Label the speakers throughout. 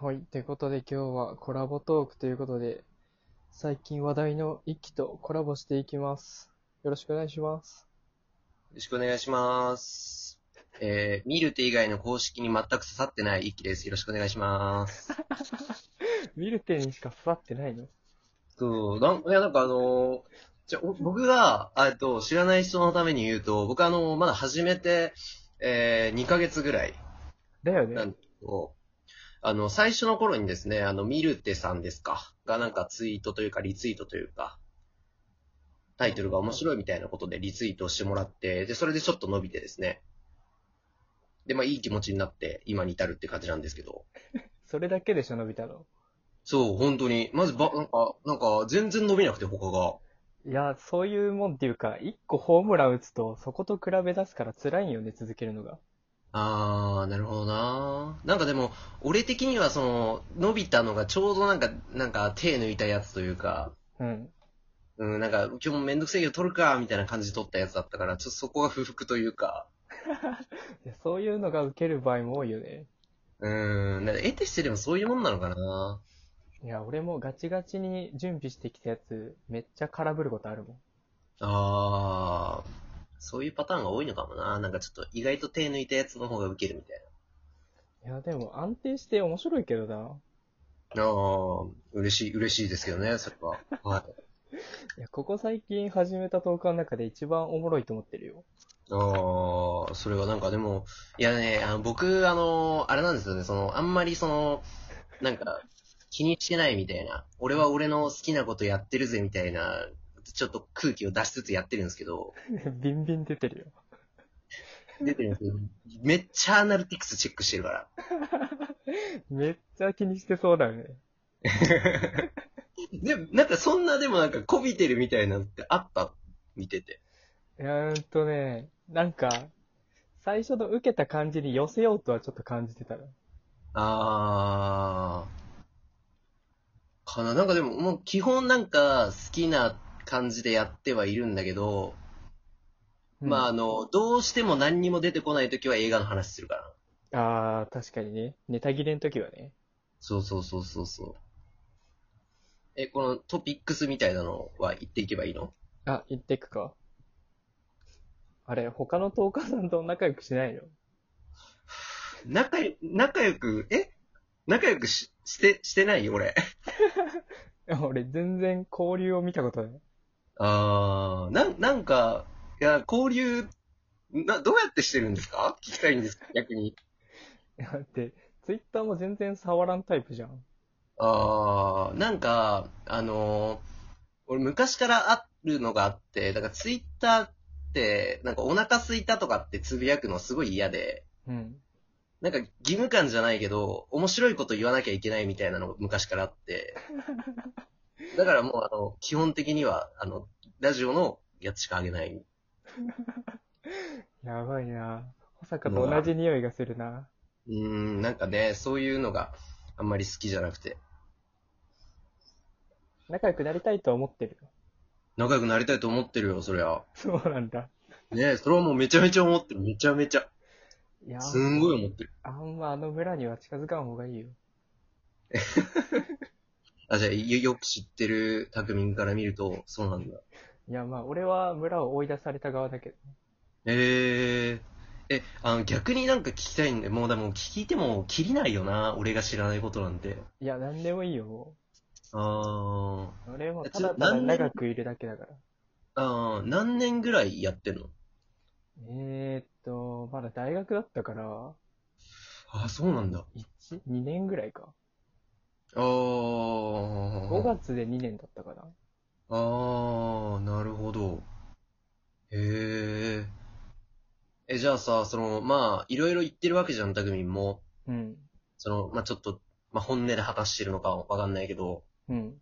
Speaker 1: はい。ということで今日はコラボトークということで、最近話題の一期とコラボしていきます。よろしくお願いします。
Speaker 2: よろしくお願いします。えー、ミルテ以外の公式に全く刺さってない一期です。よろしくお願いします。
Speaker 1: ミルテにしか刺さってないの
Speaker 2: そう、なん、いや、なんかあのーじゃ、お僕が、あえっと、知らない人のために言うと、僕あのーまだ始めて、えー、2ヶ月ぐらい
Speaker 1: だよ
Speaker 2: な
Speaker 1: ね
Speaker 2: ん。を、あの、最初の頃にですね、あの、ミルテさんですか、がなんかツイートというかリツイートというか、タイトルが面白いみたいなことでリツイートしてもらって、で、それでちょっと伸びてですね。で、まあ、いい気持ちになって、今に至るって感じなんですけど。
Speaker 1: それだけでしょ、伸びたの。
Speaker 2: そう、本当に。まずば、なんか、なんか、全然伸びなくて、他が。
Speaker 1: いや、そういうもんっていうか、一個ホームラン打つと、そこと比べ出すから辛いよね、続けるのが。
Speaker 2: あー、なるほどななんかでも、俺的にはその、伸びたのがちょうどなんか、なんか手抜いたやつというか、
Speaker 1: うん。
Speaker 2: うん、なんか、今日もめんどくせえけど撮るか、みたいな感じで撮ったやつだったから、ちょっとそこが不服というか、
Speaker 1: いやそういうのが受ける場合も多いよね。
Speaker 2: うん、なんか得てしてでもそういうもんなのかない
Speaker 1: や、俺もガチガチに準備してきたやつ、めっちゃ空振ることあるもん。
Speaker 2: あー、そういうパターンが多いのかもななんかちょっと意外と手抜いたやつの方がウケるみたい
Speaker 1: いや、でも安定して面白いけどな。
Speaker 2: な。あー、嬉しい、嬉しいですけどね、それは。はい。
Speaker 1: いや、ここ最近始めた投稿の中で一番おもろいと思ってるよ。
Speaker 2: ああ、それはなんかでも、いやね、あの僕、あの、あれなんですよね、その、あんまりその、なんか、気にしてないみたいな、俺は俺の好きなことやってるぜみたいな、ちょっと空気を出しつつやってるんですけど、
Speaker 1: ビンビン出てるよ。
Speaker 2: 出てるんですけど、めっちゃアナリティクスチェックしてるから。
Speaker 1: めっちゃ気にしてそうだよね。
Speaker 2: で、なんかそんなでもなんかこびてるみたいなのってあった見てて。
Speaker 1: いや、うーんとね、なんか、最初の受けた感じに寄せようとはちょっと感じてたら。
Speaker 2: あー。かな。なんかでも、もう基本なんか好きな感じでやってはいるんだけど、まあ、あ
Speaker 1: あ、
Speaker 2: の、どうしても何にも出てこないときは映画の話するから。
Speaker 1: あー、確かにね。ネタ切れの時はね。
Speaker 2: そうそうそうそうそう。え、このトピックスみたいなのは言っていけばいいの
Speaker 1: あ、言ってくか。あれ、他の投稿さんと仲良くしないの
Speaker 2: 仲よ、仲良く、え仲良くし、して、してない俺。
Speaker 1: いや俺、全然交流を見たことない。
Speaker 2: あー、なん、なんか、いや、交流、な、どうやってしてるんですか聞きたいんです逆に。
Speaker 1: いやだって、ツイッターも全然触らんタイプじゃん。
Speaker 2: あー、なんか、あのー俺昔からあるのがあって、だからツイッターって、なんかお腹空いたとかってつぶやくのすごい嫌で、
Speaker 1: うん。
Speaker 2: なんか義務感じゃないけど、面白いこと言わなきゃいけないみたいなのが昔からあって、だからもうあの、基本的には、あの、ラジオのやつしかあげない。
Speaker 1: やばいな保坂と同じ匂いがするな。
Speaker 2: うーん、なんかね、そういうのがあんまり好きじゃなくて。
Speaker 1: 仲良くなりたいとは思ってるよ。
Speaker 2: 仲良くなりたいと思ってるよ、そりゃ。
Speaker 1: そうなんだ。
Speaker 2: ねそれはもうめちゃめちゃ思ってる。めちゃめちゃ。
Speaker 1: いや、
Speaker 2: すんごい思ってる。
Speaker 1: あんまあの村には近づかん方がいいよ。
Speaker 2: あ、じゃあ、よよく知ってる匠君から見ると、そうなんだ。
Speaker 1: いや、まあ俺は村を追い出された側だけど。
Speaker 2: えええ、あの、逆になんか聞きたいんで、もうでも聞いても切りないよな、俺が知らないことなんて。
Speaker 1: いや、なんでもいいよ、も
Speaker 2: あ
Speaker 1: う。俺も
Speaker 2: え
Speaker 1: ただ
Speaker 2: ちょ
Speaker 1: ただ
Speaker 2: 何年
Speaker 1: 長くいるだけだから。
Speaker 2: ーあー、何年ぐらいやってんの
Speaker 1: えー、っと、まだ大学だったから、
Speaker 2: ああ、そうなんだ。
Speaker 1: 1、2年ぐらいか。
Speaker 2: ああ、
Speaker 1: 5月で2年だったかな。
Speaker 2: ああ、なるほど。へえ。え、じゃあさ、その、まあ、いろいろ言ってるわけじゃん、匠君も。
Speaker 1: うん。
Speaker 2: その、まあちょっと、まあ本音で果たしてるのかわかんないけど。
Speaker 1: うん。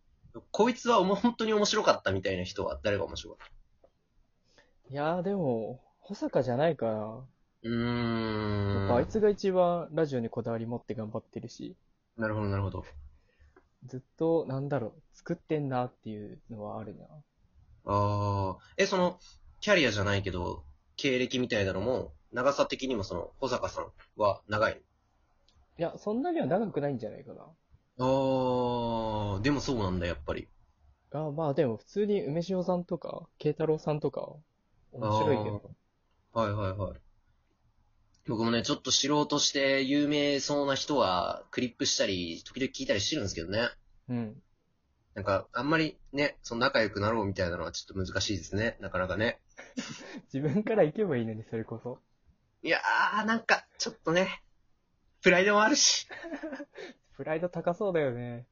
Speaker 2: こいつはおも本当に面白かったみたいな人は誰が面白かった
Speaker 1: いやーでも、保坂じゃないかな。
Speaker 2: うー
Speaker 1: やっ
Speaker 2: ん。
Speaker 1: ぱあいつが一番ラジオにこだわり持って頑張ってるし、
Speaker 2: なるほど、なるほど。
Speaker 1: ずっと、なんだろう、作ってんなっていうのはあるな。
Speaker 2: ああ。え、その、キャリアじゃないけど、経歴みたいなのも、長さ的にもその、保坂さんは長い。
Speaker 1: いや、そんなには長くないんじゃないか
Speaker 2: あー、でもそうなんだ、やっぱり。
Speaker 1: な。あまあでも普通に梅塩さんとか、慶太郎さんとか、面白いけど。
Speaker 2: はいはいはい。僕もね、ちょっと素人して有名そうな人はクリップしたり、時々聞いたりしてるんですけどね。
Speaker 1: うん。
Speaker 2: なんか、あんまりね、その仲良くなろうみたいなのはちょっと難しいですね。なかなかね。
Speaker 1: 自分から行けばいいのに、それこそ。
Speaker 2: いやー、なんか、ちょっとね、プライドもあるし、
Speaker 1: プライド高そうだよね。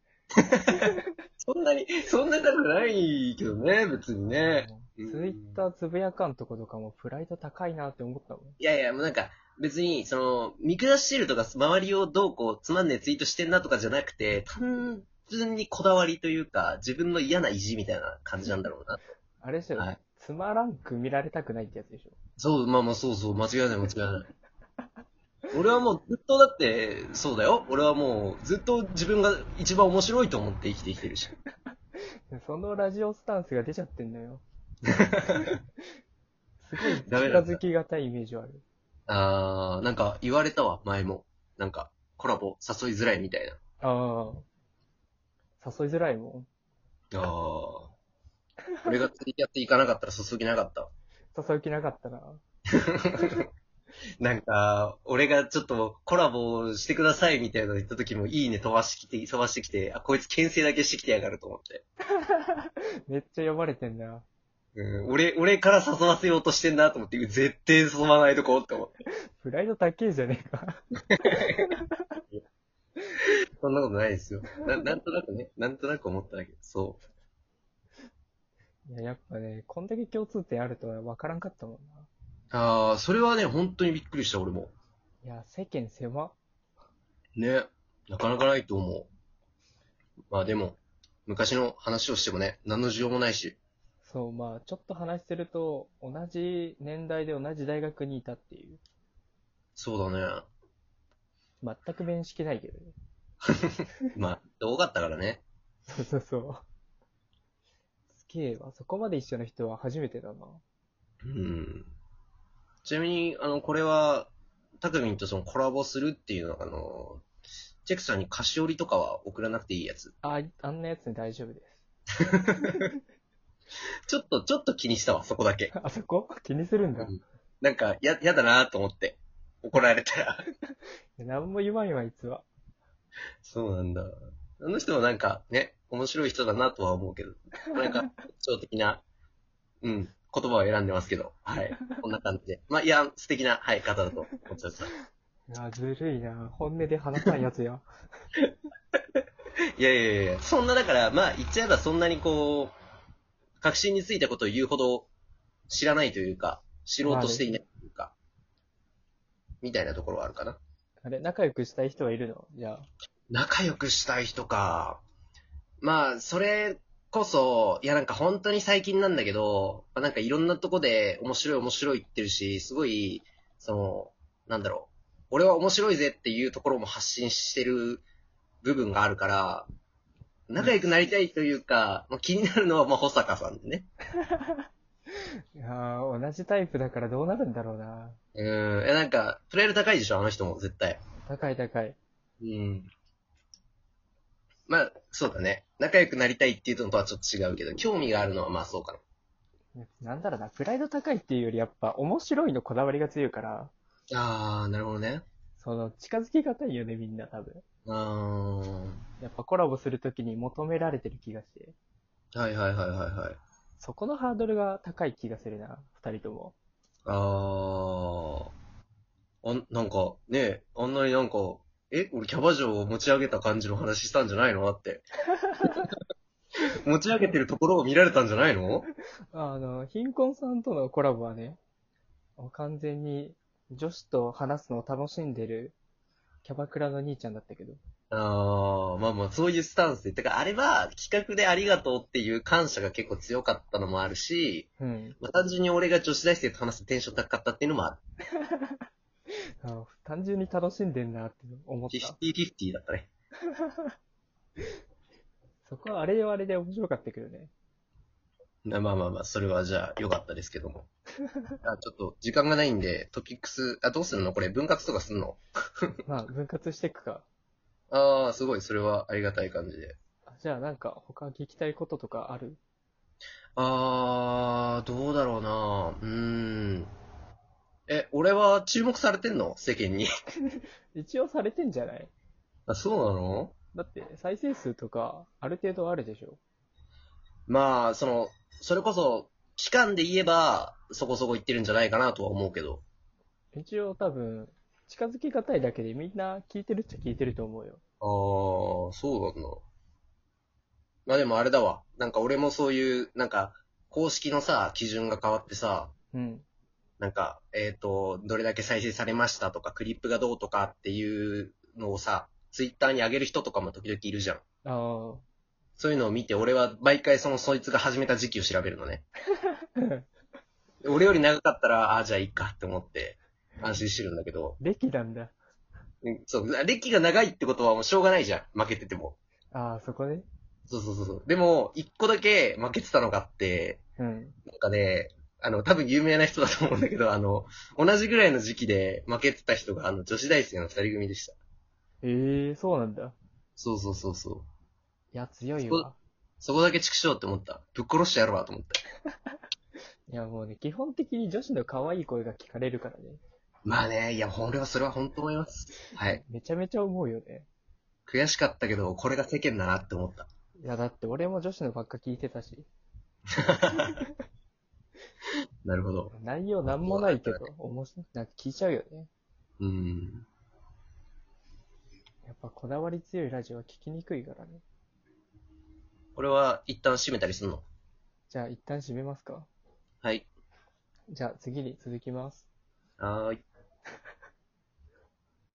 Speaker 2: そんなに、そんな高くないけどね、別にね。
Speaker 1: ツイッターつぶやかんとことかもプライド高いなって思ったもん。
Speaker 2: いやいや、もうなんか、別に、その、見下してるとか、周りをどうこう、つまんねえツイートしてんなとかじゃなくて、単純にこだわりというか、自分の嫌な意地みたいな感じなんだろうな。
Speaker 1: あれでしょ、
Speaker 2: はい
Speaker 1: つまらんく見られたくないってやつでしょ。
Speaker 2: そう、まあまあ、そうそう、間違いない、間違いない。俺はもうずっとだって、そうだよ。俺はもうずっと自分が一番面白いと思って生きてきてるし。
Speaker 1: そのラジオスタンスが出ちゃってんの よ。すごい
Speaker 2: ダ
Speaker 1: 近
Speaker 2: メなんだ
Speaker 1: づきがたいイメージはある。
Speaker 2: あー、なんか言われたわ、前も。なんか、コラボ誘いづらいみたい
Speaker 1: ああ。誘いづらいも
Speaker 2: な。あー。俺がツイキャス行かなかったら注ぎなかったわ。
Speaker 1: ん。誘う気なかったな。
Speaker 2: なんか、俺がちょっとコラボしてくださいみたいなの言った時もいいね飛ばしてきて、飛ばしてきて、あ、こいつ牽制だけしてきてやがると思って。
Speaker 1: めっちゃ読まれてんな。
Speaker 2: うん、俺、俺から誘わせようとしてんなと思って、絶対誘わないとこって思って。
Speaker 1: プライド高いじゃねえか。
Speaker 2: そんなことないですよ。ななんとなくね、なんとなく思っただけ。そ
Speaker 1: いや、やっぱね、こんだけ共通点あるとは分からんかったもんな。
Speaker 2: う。ああ、それはね、本当にびっくりした、俺も。
Speaker 1: いや、世間狭。
Speaker 2: ね、なかなかないと思う。まあでも、昔の話をしてもね、何の需要もないし。
Speaker 1: そう、まあ、ちょっと話すると、同じ年代で同じ大学にいたっていう。
Speaker 2: そうだ
Speaker 1: 全く面識ないけどね。
Speaker 2: ね。まあ、多かったからね。
Speaker 1: そうそうそう。すげえわ。そこまで一緒の人は初めてだな。
Speaker 2: うん。ちなみに、あの、これは、たくみんとそのコラボするっていうのが、あの、チェックさんに菓子折りとかは送らなくていいやつ。
Speaker 1: あ、あんなやつに大丈夫です。
Speaker 2: ちょっと、ちょっと気にしたわ、そこだけ。
Speaker 1: あそこ気にするんだ。
Speaker 2: なんか、や、やだなと思って。怒られたら。
Speaker 1: 何も言わんわ、いつは。
Speaker 2: そうなんだ。あの人もなんか、ね、面白い人だなとは思うけど、なん か、特徴的な、うん、言葉を選んでますけど、はい。こんな感じで。まあ、いや、素敵な、はい、方だと思っちゃった。
Speaker 1: いや、ずるいな。本音で話さんやつや。
Speaker 2: いやいやいやいや、そんなだから、まあ言っちゃえばそんなにこう、確信についたことを言うほど知らないというか、知ろうとしていないというか、みたいなところはあるかな。
Speaker 1: あれ、仲良くしたい人はいるのじゃあ。
Speaker 2: 仲良くしたい人か。まあ、それこそ、いやなんか本当に最近なんだけど、まあなんかいろんなとこで面白い面白い言ってるし、すごい、その、なんだろう、俺は面白いぜっていうところも発信してる部分があるから、仲良くなりたいというか、まあ、気になるのはまあ保坂さんでね。
Speaker 1: いやー同じタイプだからどうなるんだろうな。
Speaker 2: うん、いやなんか、プライド高いでしょ、あの人も絶対。
Speaker 1: 高い高い。
Speaker 2: うん。まあ、そうだね。仲良くなりたいっていうのとはちょっと違うけど、興味があるのはまあそうかな。
Speaker 1: なんだろうな、プライド高いっていうよりやっぱ面白いのこだわりが強いから、
Speaker 2: あー、なるほどね。
Speaker 1: その、近づきがたいよね、みんな多分。
Speaker 2: うーん。
Speaker 1: やっぱコラボするときに求められてる気がして、
Speaker 2: はいはいはいはいはい。
Speaker 1: そこのハードルが高い気がするな、二人とも。
Speaker 2: あー。あん、なんか、ねえ、あんなになんか、え、俺キャバ嬢を持ち上げた感じの話したんじゃないの って。持ち上げてるところを見られたんじゃないの
Speaker 1: あの、貧困さんとのコラボはね、もう完全に女子と話すのを楽しんでるキャバクラの兄ちゃんだったけど。
Speaker 2: ああ、まあまあ、そういうスタンスで。てか、あれは、企画でありがとうっていう感謝が結構強かったのもあるし、
Speaker 1: うん。
Speaker 2: まあ、単純に俺が女子大生と話すテンション高かったっていうのもある。
Speaker 1: あの単純に楽しんでんなって思っ
Speaker 2: 50-50
Speaker 1: た。
Speaker 2: だったね。
Speaker 1: そこはあれはあれで面白かったけどね。
Speaker 2: なまあまあまあ、それはじゃあ良かったですけど も。あちょっと時間がないんで、トピックス、あ、どうするのこれ分割とかすんの
Speaker 1: まあ、分割していくか。
Speaker 2: ああ、すごい、それはありがたい感じで。
Speaker 1: あじゃあ、なんか、他聞きたいこととかある
Speaker 2: あー、どうだろうなうーん。え、俺は注目されてんの世間に。
Speaker 1: 一応されてんじゃない
Speaker 2: あ、そうなの
Speaker 1: だって、再生数とか、ある程度あるでしょ。
Speaker 2: まあ、その、それこそ、期間で言えば、そこそこ言ってるんじゃないかなとは思うけど。
Speaker 1: 一応多分、近づきがたいだけでみんな聞いてるっちゃ聞いてると思うよ。
Speaker 2: あー、そうなんだ。まあでもあれだわ。なんか俺もそういう、なんか、公式のさ、基準が変わってさ、
Speaker 1: うん。
Speaker 2: なんか、えっ、と、どれだけ再生されましたとか、クリップがどうとかっていうのをさ、ツイッターに上げる人とかも時々いるじゃん。
Speaker 1: あ
Speaker 2: そういうのを見て、俺は毎回そのそいつが始めた時期を調べるのね。
Speaker 1: あ。
Speaker 2: 俺より長かったら、ああ、じゃあいいかって思って、安心してるんだけど、
Speaker 1: 歴なんだ。
Speaker 2: うんそう、歴が長いってことはもうしょうがないじゃん。負けてても。
Speaker 1: ああ、そこね。
Speaker 2: そうそうそうそう。でも、一個だけ負けてたのがあって、
Speaker 1: うん。
Speaker 2: なんかね、あの、多分有名な人だと思うんだけど、あの、同じぐらいの時期で負けてた人が、あの、女子大生の二人組でした。
Speaker 1: ええそうなんだ。
Speaker 2: そうそうそうそう。
Speaker 1: いや、強いわ。
Speaker 2: そこだけ畜生って思った。ぶっ殺してやろうと思った。
Speaker 1: いや、もうね、基本的に女子の可愛い声が聞かれるからね。
Speaker 2: まあね、いや、俺はそれは本当思います。はい。
Speaker 1: めちゃめちゃ思うよね。
Speaker 2: 悔しかったけど、これが世間だなって思った。
Speaker 1: いや、だって俺も女子のばっか聞いてたし、
Speaker 2: なるほど。
Speaker 1: 内容なんもないけど、面白い。なんか聞いちゃうよね。
Speaker 2: うん。
Speaker 1: やっぱこだわり強いラジオは聞きにくいからね。
Speaker 2: これは一旦閉めたりするの
Speaker 1: じゃあ一旦閉めますか。
Speaker 2: はい。
Speaker 1: じゃあ次に続きます。
Speaker 2: はーい。